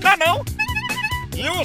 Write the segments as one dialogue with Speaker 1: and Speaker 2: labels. Speaker 1: tá não? E o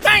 Speaker 1: Tá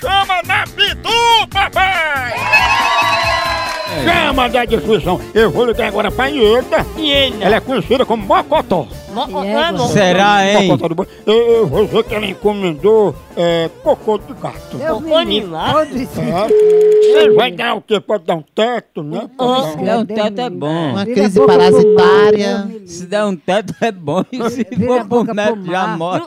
Speaker 1: chama na Pitu, papai! Chama da difusão. Eu vou ligar agora pra Ieda. Ela é conhecida como Mocotó.
Speaker 2: Será, hein?
Speaker 1: Mocotó do Boi. Eu, eu vou dizer que ela encomendou é, cocô de gato.
Speaker 3: Deus me livre.
Speaker 1: Tá? Você vai dar o quê? Pode dar um teto, né? Pode dar um-
Speaker 2: der um teto é bom.
Speaker 4: Uma
Speaker 3: Vira
Speaker 4: crise
Speaker 3: a boca pro mar,
Speaker 4: parasitária.
Speaker 3: Deus me livre.
Speaker 2: Se der um teto é bom e se
Speaker 3: Vira a
Speaker 2: for
Speaker 3: boca pro
Speaker 2: boneco já
Speaker 3: mar.
Speaker 2: morre.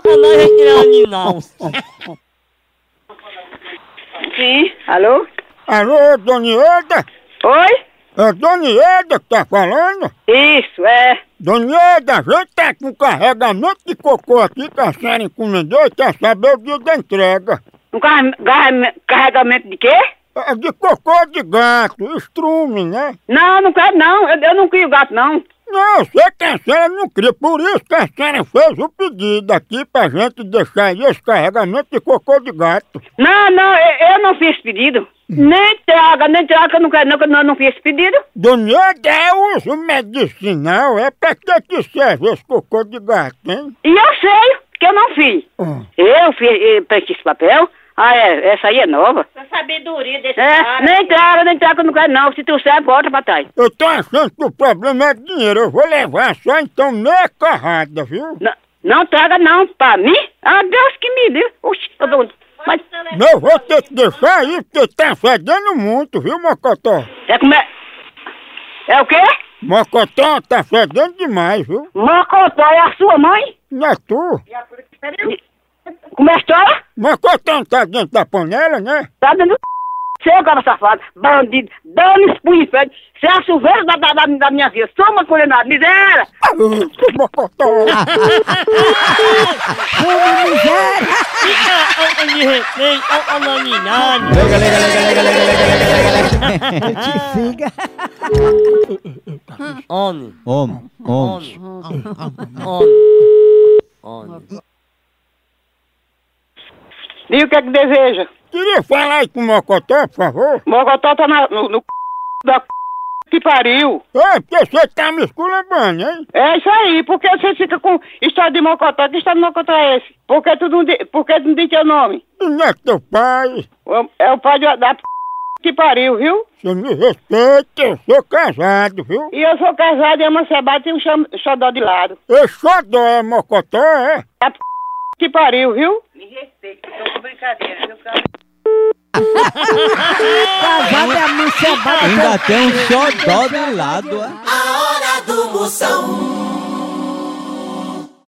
Speaker 5: Sim, alô?
Speaker 1: Alô, Dona Ieda?
Speaker 5: Oi?
Speaker 1: É Dona Ieda que tá falando?
Speaker 5: Isso, é.
Speaker 1: Dona Ieda, a gente tá com carregamento de cocô aqui que a senhora encomendou e quer saber o dia da entrega.
Speaker 5: Um carre- garra- carregamento de quê?
Speaker 1: É de cocô de gato, estrume, né?
Speaker 5: Não, não quero não. Eu, eu não crio gato, não.
Speaker 1: Não, eu sei que a senhora não cria, por isso que a senhora fez o pedido aqui pra gente deixar aí esse carregamento de cocô de gato.
Speaker 5: Não, não, eu, eu não fiz esse pedido. Nem traga, nem traga, que eu não quero não, que eu não, não fiz esse pedido.
Speaker 1: Dona Ieda, é uso medicinal, é pra que que serve esse cocô de gato, hein?
Speaker 5: E eu sei que eu não fiz.
Speaker 1: Ah.
Speaker 5: Eu fiz, eh, preenchi esse papel. Ah, é, essa aí é nova.
Speaker 6: A sabedoria desse
Speaker 5: É,
Speaker 6: cara.
Speaker 5: nem traga, nem traga, que eu não quero não. Se trouxer, volta pra trás.
Speaker 1: Eu tô achando que o problema é dinheiro. Eu vou levar só então meia carrada, viu?
Speaker 5: Não, não traga não, pra mim. Ah, Deus que me livre. Oxi, eu dou... Mas,
Speaker 1: Não, eu vou ter que deixar aí, porque tá fedendo muito, viu, Mocotó?
Speaker 5: é como é... É o quê?
Speaker 1: Mocotó tá fedendo demais, viu?
Speaker 5: Mocotó é a sua mãe?
Speaker 1: Não é tu?
Speaker 5: Como é a história?
Speaker 1: Mocotó não tá dentro da panela, né?
Speaker 5: Tá dando seu cara safado, bandido, dane-se pro inferno. Você é a chuveira da, da, da, da minha vida. Soma condenado, miséria!
Speaker 1: Ah, Mocotó!
Speaker 3: Siga.
Speaker 7: Homem,
Speaker 2: Homem, homem.
Speaker 7: homem, homem, homem.
Speaker 5: E o que é que deseja?
Speaker 1: Queria falar aí com o Mocotó, por favor?
Speaker 5: Mogotó tá na, no, no c... da c... que pariu.
Speaker 1: É, porque você tá me esculambando, hein?
Speaker 5: É isso aí, por que você fica com história de Mocotó? Que história de Mocotó é esse? Por que tu não, di, por que tu não diz teu nome?
Speaker 1: E não é teu pai?
Speaker 5: É o pai de- da p... que pariu, viu?
Speaker 1: Você me respeita, eu sou casado, vieu?
Speaker 5: E eu sou casada e a Mancebata e o cham- xodó de lado.
Speaker 1: Eu só dou é Mocotó, é?
Speaker 5: Que pariu, viu?
Speaker 3: Casado é a mãe cebada.
Speaker 2: Ainda tem um xodó de lado,
Speaker 8: A
Speaker 2: é?
Speaker 8: hora do Moção.